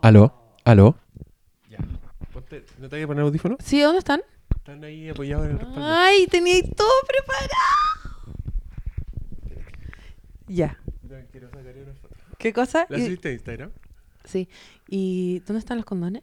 Aló, aló. Ya. Ponte- ¿No te hay que poner audífonos? ¿Sí? ¿Dónde están? Están ahí apoyados en el respaldo. Ay, teníais todo preparado. Ya. Ya, Quiero sacar una foto. ¿Qué cosa? ¿La Y- subiste a Instagram? sí. ¿Y dónde están los condones?